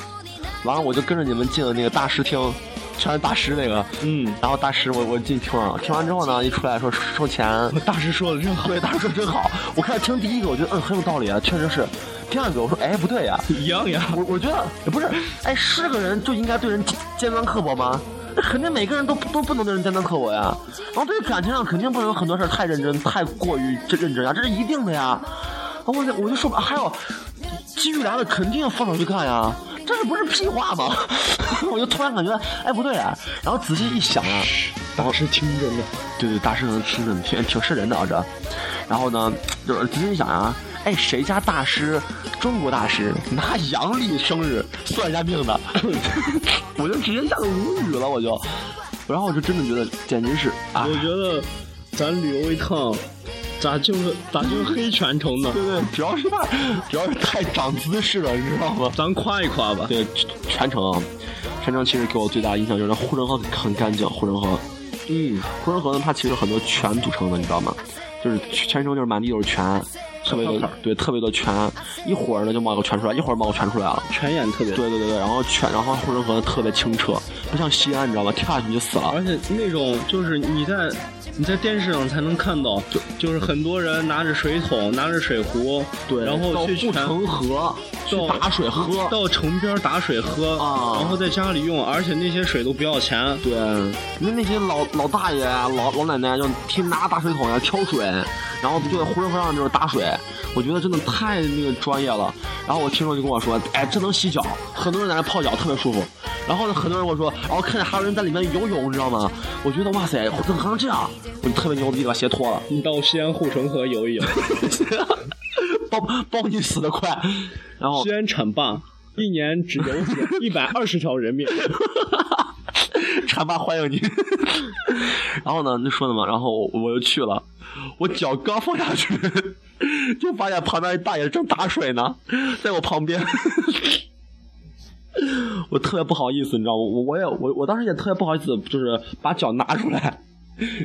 Speaker 2: 完了，我就跟着你们进了那个大师厅，全是大师那个。
Speaker 4: 嗯，
Speaker 2: 然后大师我我进去听了，听完之后呢，一出来说收钱。
Speaker 4: 我大师说的真好，
Speaker 2: 对，大师说真好。我开始听第一个，我觉得嗯很有道理啊，确实是。第二个我说哎不对呀、
Speaker 4: 一样呀。
Speaker 2: 我我觉得也不是，哎是个人就应该对人尖尖酸刻薄吗？那肯定每个人都都不能对人尖酸刻薄呀。然后对于感情上肯定不能很多事儿太认真，太过于这认真啊呀，这是一定的呀。我就我就说吧，还有机遇来了肯定要放手去干呀，这是不是屁话吗？ 我就突然感觉哎不对啊，然后仔细一想啊。
Speaker 3: 大师听着呢，
Speaker 2: 对对，大师能听着挺挺瘆人的啊这。然后呢，就是仔细想啊，哎，谁家大师，中国大师拿阳历生日算人家命的， 我就直接吓得无语了，我就。然后我就真的觉得简直是啊
Speaker 4: 我，觉得咱旅游一趟，咋就咋就黑全程呢？
Speaker 2: 对对，主要是他，主要是太长姿势了，你知道吗？
Speaker 4: 咱夸一夸吧。
Speaker 2: 对，全程啊，全程其实给我最大的印象就是护城河很很干净，护城河。
Speaker 4: 嗯，
Speaker 2: 护城河呢，它其实有很多泉组成的，你知道吗？就是全程就是满地都是泉，特别多
Speaker 4: 小泡泡
Speaker 2: 对，特别多泉。一会儿呢就冒个泉出来，一会儿冒个泉出来了。
Speaker 4: 泉眼特别
Speaker 2: 对，对对对，然后泉，然后护城河特别清澈，不像西安，你知道吗？跳下去你就死了。
Speaker 4: 而且那种就是你在你在电视上才能看到，就是很多人拿着水桶、拿着水壶，
Speaker 2: 对，
Speaker 4: 然后
Speaker 2: 到
Speaker 4: 去
Speaker 2: 护
Speaker 4: 泉
Speaker 2: 城河去
Speaker 4: 到
Speaker 2: 打水喝。
Speaker 4: 到城边打水喝，
Speaker 2: 啊
Speaker 4: 然后在家里用，而且那些水都不要钱。
Speaker 2: 对，那那些老老大爷、老老奶奶就提拿大水桶呀挑水，然后就在护城河上就是打水，我觉得真的太那个专业了。然后我听众就跟我说，哎，这能洗脚，很多人在那泡脚特别舒服。然后呢，很多人跟我说，然后看见还有人在里面游泳，你知道吗？我觉得哇塞，怎么还能这样？我就特别牛逼，把鞋脱了，
Speaker 4: 你到西安护城河游一游，
Speaker 2: 包包你死得快。然后
Speaker 4: 西安浐灞一年只游 死一百二十条人命。
Speaker 2: 浐灞欢迎你。然后呢，那说的嘛，然后我我就去了，我脚刚放下去，就发现旁边一大爷正打水呢，在我旁边。我特别不好意思，你知道吗？我我也我我当时也特别不好意思，就是把脚拿出来，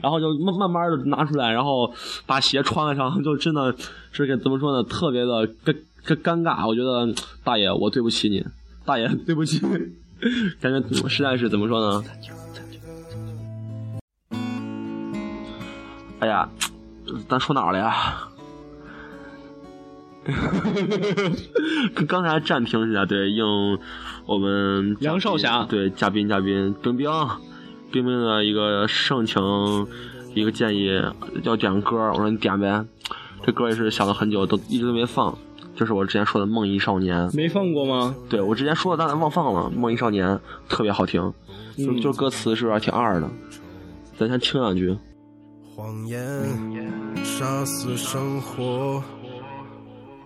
Speaker 2: 然后就慢慢慢的拿出来，然后把鞋穿上， 就真的是给怎么说呢，特别的尴尴尴尬。我觉得大爷，我对不起你，大爷对不起，感觉嗯实在是怎么说呢？哎呀，咱说哪儿了呀？ 跟刚才暂停一下，对，应我们嘉
Speaker 4: 梁少
Speaker 2: 宾
Speaker 4: 侠
Speaker 2: 对嘉宾嘉宾冰冰，冰冰的一个盛情，一个建议要点歌，我说你点呗，这歌也是想了很久，都一直都没放，就是我之前说的《梦忆少年》。
Speaker 4: 没放过吗？
Speaker 2: 对我之前说的，但忘放了，《梦忆少年》特别好听，就
Speaker 4: 嗯
Speaker 2: 就歌词是有点挺二的，咱先听两句。
Speaker 1: 谎言杀死生活，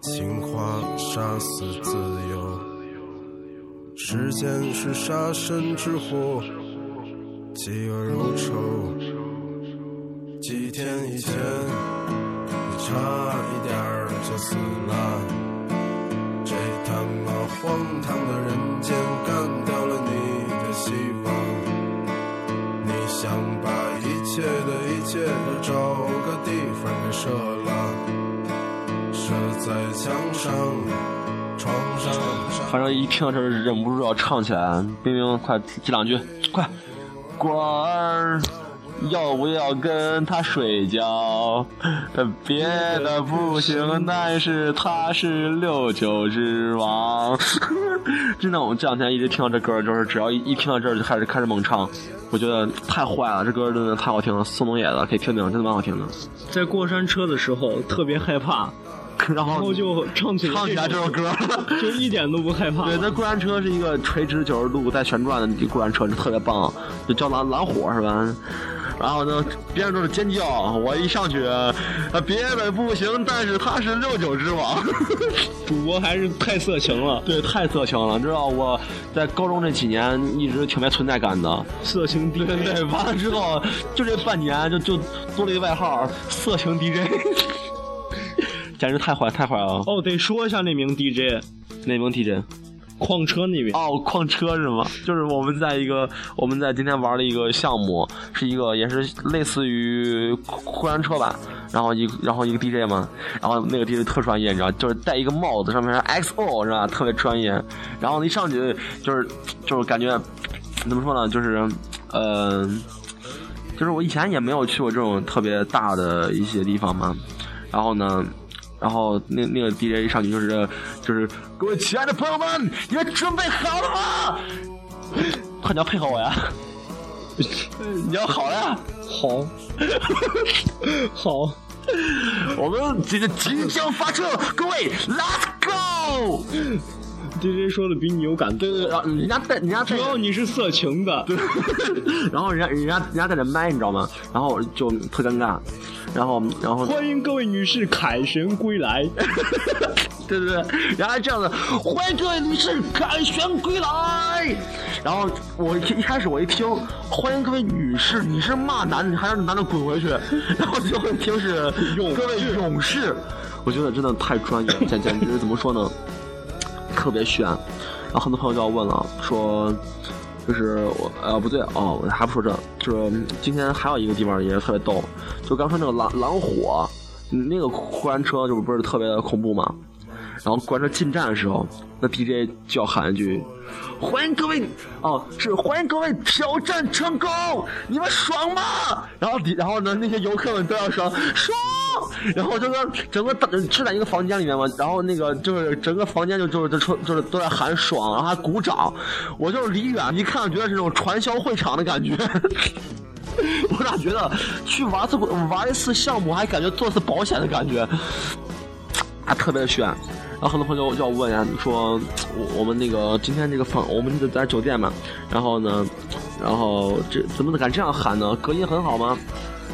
Speaker 1: 情话杀死自由。时间是杀身之祸，嫉恶如仇。几天以前，你差一点儿就死了。这他妈荒唐的人间，干掉了你的希望。你想把一切的一切都找个地方给射了，射在墙上、床上。
Speaker 2: 反正一听到这儿忍不住要唱起来。冰冰，快这两句，快！果儿，要不要跟他睡觉？呃别的不行，但是他是六九之王。 真的，我这两天一直听到这歌儿，就是只要一一听到这儿就开始开始猛唱。我觉得太坏了，这歌儿真的太好听了，宋冬野的可以听听，真的蛮好听的。
Speaker 4: 在过山车的时候特别害怕，
Speaker 2: 然
Speaker 4: 然
Speaker 2: 后
Speaker 4: 后就唱起了
Speaker 2: 唱起来这首歌儿。
Speaker 4: 就一点都不害怕。
Speaker 2: 对，那过山车是一个垂直九十度带旋转的过山车，特别棒，就叫蓝蓝火是吧？然后呢，别人都是尖叫，我一上去，啊别人不行，但是他是六九之 王。
Speaker 4: 主播还是太色情了，
Speaker 2: 对，太色情了，知道我在高中这几年一直挺没存在感的。
Speaker 4: 色情 DJ
Speaker 2: 对对，完了之后就这半年就就多了一个外号“色情 DJ”，简直太坏太坏了！
Speaker 4: 哦，得说一下那名 DJ，
Speaker 2: 哪名 DJ？
Speaker 4: 矿车那名。
Speaker 2: 哦，矿车是吗？就是我们在一个我们在今天玩了一个项目，是一个也是类似于过山车吧，然后一个然后一个 DJ 嘛，然后那个 DJ 特专业，你知道，就是戴一个帽子，上面是 XO 是吧？特别专业，然后一上去就是就是感觉怎么说呢？就是呃，就是我以前也没有去过这种特别大的一些地方嘛，然后呢。然后那那个 DJ 一上去就是就是各位亲爱的朋友们，你们准备好了吗？快你要配合我呀！ 你要好呀！
Speaker 3: 好，好，
Speaker 2: 我们这个即将发车，各位，Let's go！
Speaker 4: DJ 说的比你有感，
Speaker 2: 对对，对然后人家带人家带
Speaker 4: 主要你是色情的，
Speaker 2: 然后人家人家人家带着麦，你知道吗？然后就特尴尬，然后然后
Speaker 4: 欢迎各位女士凯旋归来。
Speaker 2: 对对对，然后这样子，欢迎各位女士凯旋归来。然后我一一开始我一听，欢迎各位女士，你是骂男，你还让男的滚回去。然后最后一听是各位勇士，我觉得真的太专业，了，简简直怎么说呢，特别炫。然后很多朋友就要问了，说。就是我呃不对哦，我还不说这，就是今天还有一个地方也是特别逗，就刚说那个狼狼火，那个过山车就是不是特别的恐怖吗？然后过山车进站的时候，那 DJ 就要喊一句：“欢迎各位哦，是欢迎各位挑战成功，你们爽吗？”然后底然后呢，那些游客们都要说爽。然后整个整个大是在一个房间里面嘛，然后那个就是整个房间就就是就出就是都在喊爽，然后还鼓掌。我就是离远一看，觉得是那种传销会场的感觉。 我咋觉得去玩次玩一次项目，还感觉做次保险的感觉？啊，特别炫。然后很多朋友要问呀，说我我们那个今天这个房，我们就在酒店嘛，然后呢，然后这怎么敢这样喊呢？隔音很好吗？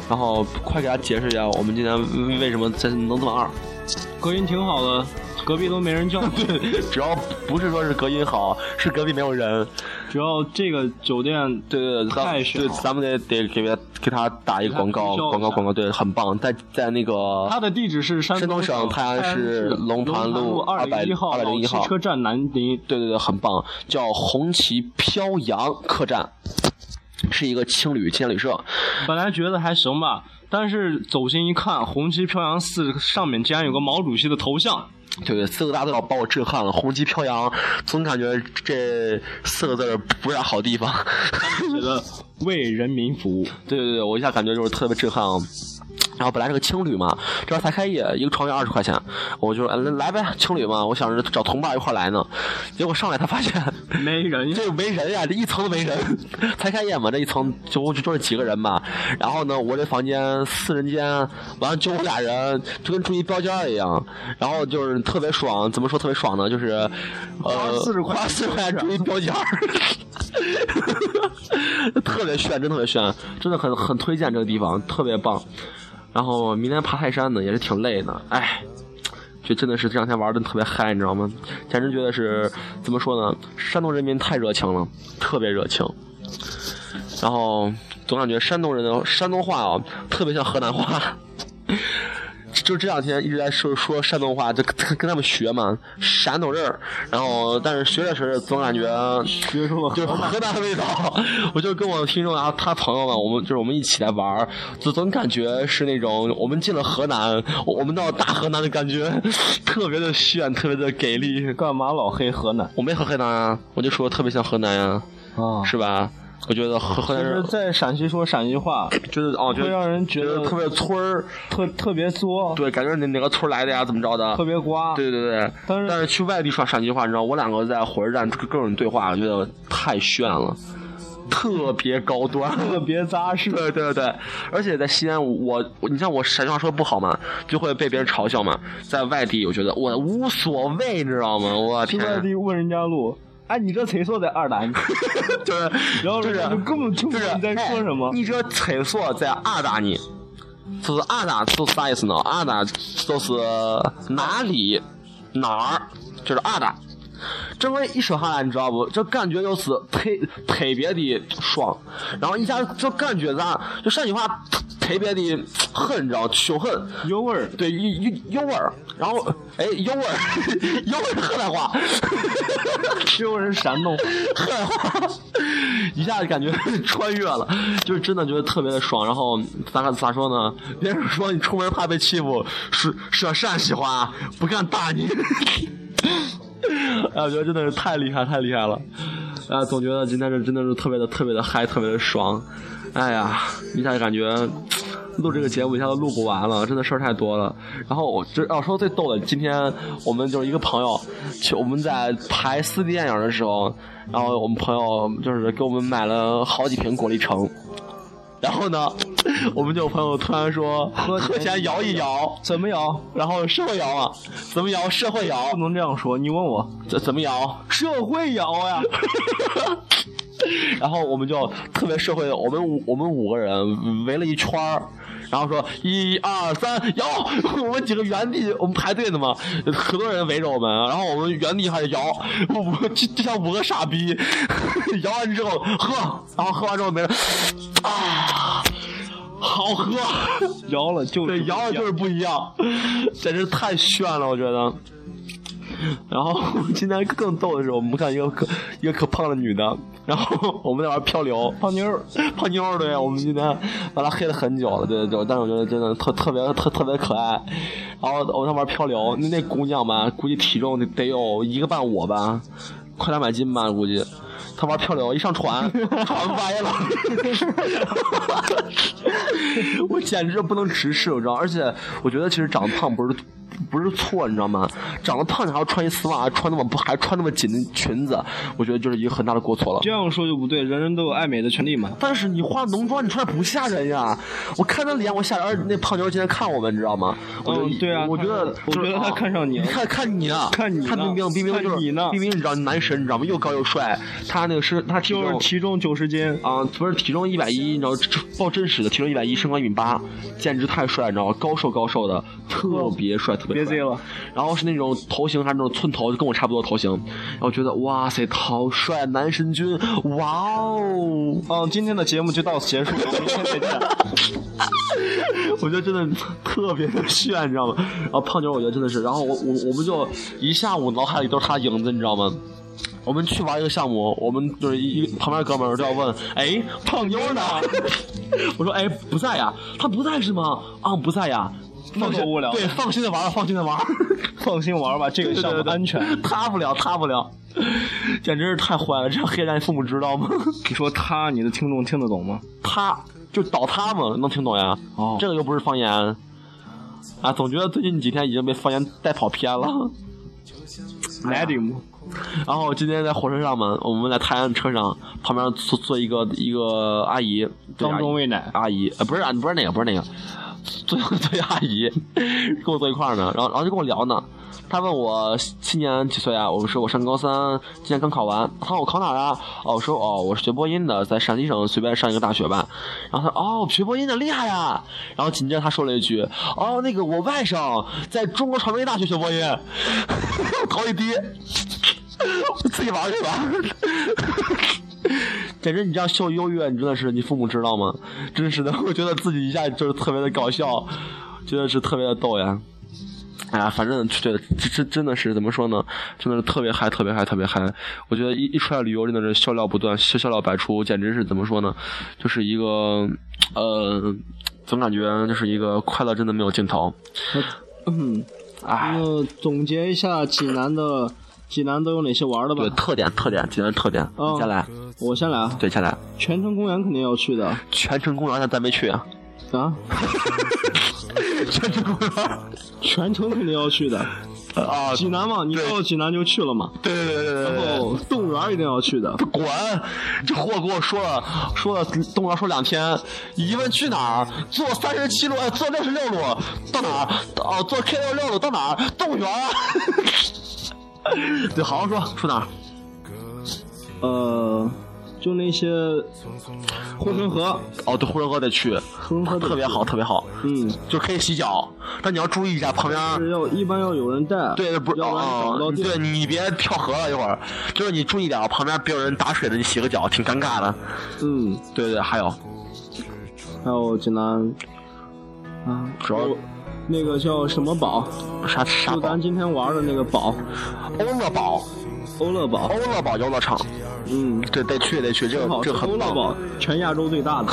Speaker 2: 然后快给大家解释一下，我们今天为什么在能这么二？
Speaker 4: 隔音挺好的，隔壁都 没人叫。
Speaker 2: 只要不是说是隔音好，是隔壁没有人。
Speaker 4: 主要这个酒店
Speaker 2: 对对对，咱
Speaker 4: 呃太小
Speaker 2: 对，咱们得得给他给他打一个广告，
Speaker 4: 给他推销一下
Speaker 2: 广告广告，对，很棒，在在那个
Speaker 4: 它的地址是山
Speaker 2: 山东省
Speaker 4: 太
Speaker 2: 泰安市龙潭
Speaker 4: 路
Speaker 2: 路
Speaker 4: 二
Speaker 2: 201
Speaker 4: 一
Speaker 2: 201
Speaker 4: 号老汽车站南林。
Speaker 2: 对对对，很棒，叫红旗飘扬客栈，是一个青旅青年旅社。
Speaker 4: 本来觉得还行吧，但是走近一看，红旗飘扬寺上面竟然有个毛主席的头像。
Speaker 2: 对对，四个大字儿把我震撼了，红旗飘扬，总感觉这四个字儿不是啥好地方。
Speaker 4: 觉得为人民服务，
Speaker 2: 对对对，我一下感觉就是特别震撼啊。然后本来是个青旅嘛，这才开业，一个床位二十块钱，我就说哎来来呗，青旅嘛，我想着找同伴一块儿来呢，结果上来他发现
Speaker 4: 没人
Speaker 2: 这没人呀，这一层都没人，才开业嘛，这一层就就就是几个人嘛。然后呢，我这房间四人间，完了就我俩人，就跟住一标间儿一样。然后就是特别爽，怎么说特别爽呢？就是呃，
Speaker 4: 40块
Speaker 2: 花四十块钱住一标间儿， 特别炫，真特别炫，真的很很推荐这个地方，特别棒。然后明天爬泰山呢，也是挺累的，哎。就真的是这两天玩的特别嗨，你知道吗？简直觉得是怎么说呢？山东人民太热情了，特别热情。然后总感觉山东人的山东话啊，特别像河南话。就这两天一直在说说山东话，就跟跟他们学嘛，山东人儿。然后但是学着学着，总感觉
Speaker 4: 学出了
Speaker 2: 就是河南的味道。我就跟我听众啊，他朋友们，我们就是我们一起来玩儿，就总感觉是那种我们进了河南，我我们到大河南的感觉，特别的炫，特别的给力。
Speaker 4: 干嘛老黑河南
Speaker 2: 我没和河南啊，我就说特别像河南呀、
Speaker 4: 啊？
Speaker 2: 是吧？我觉得河河南
Speaker 4: 就
Speaker 2: 人
Speaker 4: 是在陕西说陕西话，
Speaker 2: 就是哦，就
Speaker 4: 会
Speaker 2: 是
Speaker 4: 让人觉
Speaker 2: 觉
Speaker 4: 得
Speaker 2: 得特别村儿，
Speaker 4: 特特别作，
Speaker 2: 对，感觉哪哪个村儿来的呀，怎么着的
Speaker 4: 特。别瓜。
Speaker 2: 对对对，
Speaker 4: 但是
Speaker 2: 去外地说陕西话，你知道，我两个在火车站各各种对话，我觉得太炫了，特别高端。
Speaker 4: 特别扎实，
Speaker 2: 对对对，而且在西安，我我你像我陕西话说不好嘛，就会被别人嘲笑嘛。在外地，我觉得我无所谓，你知道吗？我
Speaker 4: 去
Speaker 2: 天，
Speaker 4: 外地问人家路，
Speaker 3: 哎，你这谁说在二南？
Speaker 2: 就是，
Speaker 3: 然后
Speaker 2: 就是
Speaker 3: 人家就根本听不
Speaker 2: 就是
Speaker 3: 懂你在说什么
Speaker 2: 哎你这厕所在二大呢？就是二大是啥意思呢？二大就是哪里哪儿，就是二大。这么一说下来，你知道不？这感觉就是特特别的爽，然后一下就感觉咱就上句话特特别的狠，你知道，凶狠，
Speaker 3: 有味儿。
Speaker 2: 对，有有有味儿，然后哎，有味儿， 有味儿是河南话，
Speaker 3: 只有人山东，
Speaker 2: 河南话，一下子感觉穿越了，就是真的觉得特别的爽。然后咋咋说呢？别人说你出门怕被欺负，说说陕西话不敢打你。 哎，我觉得真的是太厉害，太厉害了！哎，总觉得今天这真的是特别的、特别的嗨，特别的爽。哎呀，一下感觉录这个节目一下都录不完了，真的事儿太多了。然后我这要说最逗的，今天我们就是一个朋友，去我们在排四 D 电影的时候，然后我们朋友就是给我们买了好几瓶果粒橙。然后呢，我们就有朋友突然说，喝前摇一摇，
Speaker 3: 怎么摇？
Speaker 2: 然后社会摇啊，怎么摇？社会摇，
Speaker 3: 不能这样说。你问我，
Speaker 2: 怎怎么摇？
Speaker 3: 社会摇呀？
Speaker 2: 然后我们就特别社会的，我们五我们五个人围了一圈儿，然后说一二三摇， 我们几个原地，我们排队呢嘛，很多人围着我们，然后我们原地还是摇，我们就就像五个傻逼， 摇完之后喝，然后喝完之后没了，啊，好喝，
Speaker 3: 摇了就
Speaker 2: 对，摇的就是不一 样，简直太炫了，我觉得。然后今天更逗的是，我们看一个可一个可胖的女的，然后我们在玩漂流，
Speaker 3: 胖妞儿。
Speaker 2: 胖妞儿对，我们今天把她黑了很久了，对对对，但是我觉得真的特特别特特别可爱。然后我们在玩漂流，那那姑娘吧，估计体重得得有一个半我吧，快两百斤吧，估计。她玩漂流，一上船，船歪了， 我简直不能直视，我知道。而且我觉得其实长得胖不是不是错，你知道吗？长得胖你还要穿一丝袜，还穿那么不还穿那么紧的裙子，我觉得就是一个很大的过错了。
Speaker 3: 这样说就不对，人人都有爱美的权利嘛。
Speaker 2: 但是你化浓妆，你穿不吓人呀！我看他脸，我吓人。而那胖妞今天看我们，你知道吗？我
Speaker 3: 嗯
Speaker 2: 就
Speaker 3: 对啊
Speaker 2: 我觉得，
Speaker 3: 我觉得她
Speaker 2: 啊
Speaker 3: 看上你了
Speaker 2: 看看你呢，
Speaker 3: 看你呢
Speaker 2: 看冰冰，冰冰就是
Speaker 3: 看你呢
Speaker 2: 冰冰，你知道男神，你知道吗？又高又帅，他那个身，他体
Speaker 3: 就是
Speaker 2: 重
Speaker 3: 体重九十斤，
Speaker 2: 啊，不是体重一百一，你知道，这报真实的体重一百一，身高一米八，简直太帅，你知道吗？高瘦高瘦的，特别帅，特别
Speaker 3: 别
Speaker 2: 帅
Speaker 3: 贼。了。
Speaker 2: 然后是那种头型，还是那种寸头，就跟我差不多头型。然后觉得哇塞，好帅，男神君，哇哦！
Speaker 3: 嗯，今天的节目就到此结束，我们明天再 见。
Speaker 2: 我觉得真的特别的炫，你知道吗？然后胖妞，我觉得真的是，然后我我我们就一下午脑海里都是她的影子，你知道吗？我们去玩一个项目，我们就是一一旁边哥们儿都要问，哎，胖妞呢？ 我说，哎，不在呀，她不在是吗？啊，不在呀，放心
Speaker 3: 那么无聊
Speaker 2: 对，放心的玩，放心的玩。
Speaker 3: 放心玩吧，这个项目安全。
Speaker 2: 塌不了，塌不了，简直是太坏了！这样黑蛋父母知道吗？
Speaker 3: 你说他，你的听众听得懂吗？
Speaker 2: 塌就倒塌嘛，能听懂呀？
Speaker 3: 哦
Speaker 2: 这个又不是方言啊！总觉得最近几天已经被方言带跑偏了。
Speaker 3: 来的吗？
Speaker 2: 然后今天在火车上嘛，我们在泰安车上旁边坐坐一个一个阿姨，对
Speaker 3: 当众喂奶，
Speaker 2: 阿姨，呃，不是啊，不是那个，不是那个，坐 坐一阿姨跟我坐一块儿呢，然后然后就跟我聊呢。她问我今年几岁啊？我说我上高三，今年刚考完。她问我考哪儿啊？哦，我说哦，我是学播音的，在陕西省随便上一个大学吧。然后她说哦，学播音的厉害呀。然后紧接着她说了一句哦，那个我外甥在中国传媒大学学播音， 考一低。我 自己玩 去吧。简直你这样秀优越，你真的是你父母知道吗？真是的，我觉得自己一下就是特别的搞笑，觉得是特别的逗呀。哎呀，反正对，这这真的是怎么说呢？真的是特别嗨，特别嗨，特别嗨！我觉得一一出来旅游，真的是笑料不断，笑笑料百出，简直是怎么说呢？就是一个呃，总感觉就是一个快乐真的没有尽头。
Speaker 3: 嗯，
Speaker 2: 哎，
Speaker 3: 那总结一下济南的，济南都有哪些玩的
Speaker 2: 对，
Speaker 3: 吧？
Speaker 2: 特点特点，简单特点，
Speaker 3: 嗯
Speaker 2: 你下来，
Speaker 3: 我先来，啊，
Speaker 2: 对，下来，
Speaker 3: 泉城公园肯定要去的
Speaker 2: 全程公园咱咱没去啊，
Speaker 3: 啊，
Speaker 2: 全程公园。
Speaker 3: 泉城肯定要去的。
Speaker 2: 啊，
Speaker 3: 济南嘛，你
Speaker 2: 对
Speaker 3: 到济南就去了嘛。
Speaker 2: 对对对对对
Speaker 3: 然
Speaker 2: 对。
Speaker 3: 后动物园一定要去的，
Speaker 2: 滚！这货给我说了，说了动物说两天，一问去哪儿，坐三十七路，哎坐六十六路到哪儿？哦、坐 K 六六 路到哪儿？动物园啊！对，好好说，说哪儿？
Speaker 4: 呃，就那些护城河，
Speaker 2: 哦，对，护城河得去，
Speaker 4: 护城河得
Speaker 2: 特别
Speaker 4: 去
Speaker 2: 好，，特别好，
Speaker 4: 嗯，
Speaker 2: 就可以洗脚，但你要注意一下旁
Speaker 4: 是
Speaker 2: 边。
Speaker 4: 要一般要有人带，
Speaker 2: 哎对，不是
Speaker 4: 要不然找
Speaker 2: 哦
Speaker 4: 不到，地
Speaker 2: 对你别跳河了，一会儿就是你注意点，旁边别有人打水的，你洗个脚挺尴尬的。
Speaker 4: 嗯，
Speaker 2: 对对，还有
Speaker 4: 还有济
Speaker 2: 哦
Speaker 4: 南，啊，
Speaker 2: 主要
Speaker 4: 有那个叫什么堡，
Speaker 2: 啥啥
Speaker 4: 就
Speaker 2: 堡
Speaker 4: 咱，今天玩的那个堡，
Speaker 2: 欧乐堡，
Speaker 4: 欧乐堡
Speaker 2: 欧，乐堡游乐场，
Speaker 4: 嗯，
Speaker 2: 对，得去得去，这
Speaker 4: 正
Speaker 2: 个
Speaker 4: 好是
Speaker 2: 这个
Speaker 4: 欧
Speaker 2: 很
Speaker 4: 乐
Speaker 2: 棒。
Speaker 4: 堡，全亚洲最大的，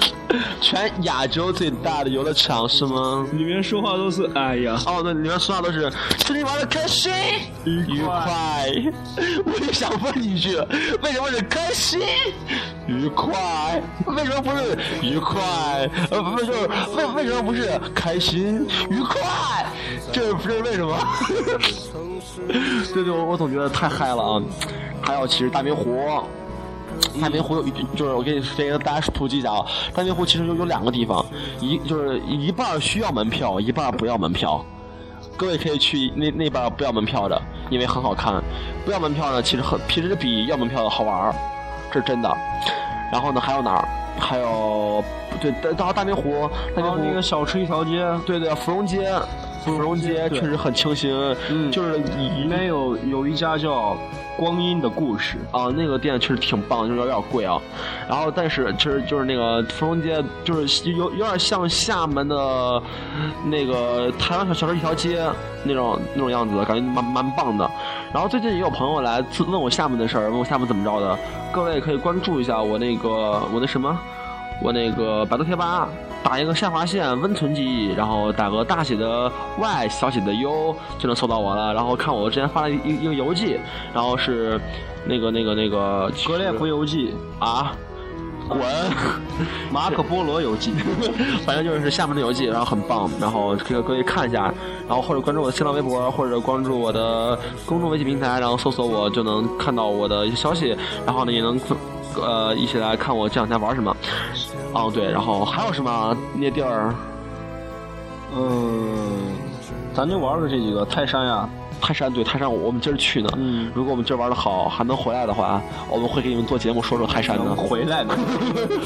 Speaker 2: 全亚洲最大的游乐场是吗？
Speaker 4: 里面说话都是哎呀，
Speaker 2: 哦，对，里面说话都是祝你玩的开心愉快。 我就想问一句，为什么是开心愉快？为什么不是愉快？呃，不是，就是为为什么不是开心愉快？这不是为什么？ 对对，我我总觉得太嗨了啊！还有，其实大明湖。大明湖有一就是我给你给大家普及一下啊，大明湖其实有有两个地方，一就是一半儿需要门票，一半儿不要门票。各位可以去那那边不要门票的，因为很好看。不要门票呢，其实很其实比要门票的好玩儿，这是真的。然后呢，还有哪儿？还有对，大到大明湖，大
Speaker 4: 还
Speaker 2: 明湖
Speaker 4: 有那个小吃一条街，
Speaker 2: 对对，芙蓉街，芙蓉街
Speaker 4: 对
Speaker 2: 确实很清新，
Speaker 4: 嗯
Speaker 2: 就是以
Speaker 4: 里面有有一家叫光阴的故事，
Speaker 2: 啊，那个店确实挺棒，就是有点贵啊。然后，但是其实就是那个芙蓉街，就是有有点像厦门的那个台湾小小吃一条街那种那种样子，感觉蛮蛮棒的。然后最近也有朋友来自问我厦门的事儿，问我厦门怎么着的，各位可以关注一下我那个我那什么，我那个百度贴吧。打一个下划线温存记忆，然后打个大写的 Y 小写的 U 就能搜到我了。然后看我之前发了一一个邮寄，然后是那个那个那个
Speaker 4: 《格列佛游记》
Speaker 2: 啊，滚！
Speaker 4: 《马可波罗游记》
Speaker 2: 反正就是厦门的游记，然后很棒，然后可以各位看一下，然后或者关注我的新浪微博，或者关注我的公众微信平台，然后搜索我就能看到我的一些消息，然后呢也能呃一起来看我这两天玩什么。哦对，然后还有什么那地儿？
Speaker 4: 嗯，咱就玩了这几个泰山呀，
Speaker 2: 泰山对泰山，我们今儿去呢。
Speaker 4: 嗯
Speaker 2: 如果我们今儿玩的好，还能回来的话，我们会给你们做节目说说泰山的。
Speaker 4: 回来的，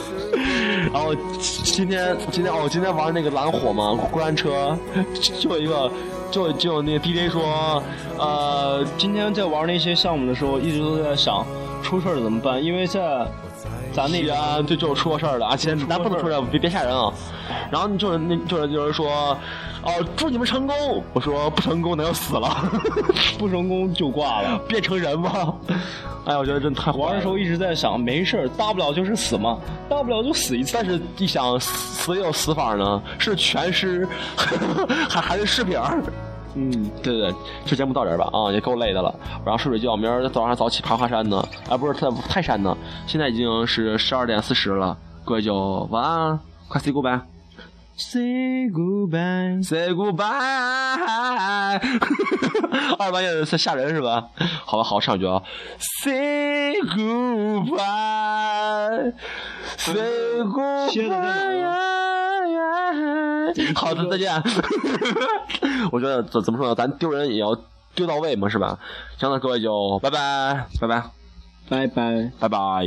Speaker 2: 然后今天今天哦，今天玩那个蓝火嘛，过山 车，就就有一个就就有那个 DJ 说，呃，
Speaker 4: 今天在玩那些项目的时候，一直都在想出事儿怎么办，因为在咱那
Speaker 2: 西
Speaker 4: 边
Speaker 2: 安对就有出过事儿了啊，先咱不能说这，别别吓人啊。然后就是那就是有人说，哦，祝你们成功。我说不成功那就死了，
Speaker 4: 不成功就挂了。
Speaker 2: 变成人吧。哎呀，我觉得真太
Speaker 4: 玩
Speaker 2: 坏
Speaker 4: 的时
Speaker 2: 了。
Speaker 4: 候一直在想，没事儿，大不了就是死嘛，大不了就死一次。
Speaker 2: 但是一想死也有死法呢，是全尸， 还还是尸饼儿。
Speaker 4: 嗯，
Speaker 2: 对对对，这节目到这儿吧，啊、也够累的了。然后睡睡觉，明儿早上早起爬华山呢，啊，不是泰泰山呢。现在已经是十二点四十了，各位就晚安，快 say goodbye，say
Speaker 4: Say goodbye。
Speaker 2: goodbye。二半夜在吓人是吧？好吧，好，上一句啊，say goodbye，say
Speaker 4: 歇着再
Speaker 2: goodbye
Speaker 4: 聊。
Speaker 2: 好的，再见。 我觉得怎怎么说呢，咱丢人也要丢到位嘛，是吧？行了，各位就拜拜，拜拜，
Speaker 4: 拜拜。
Speaker 2: 拜拜。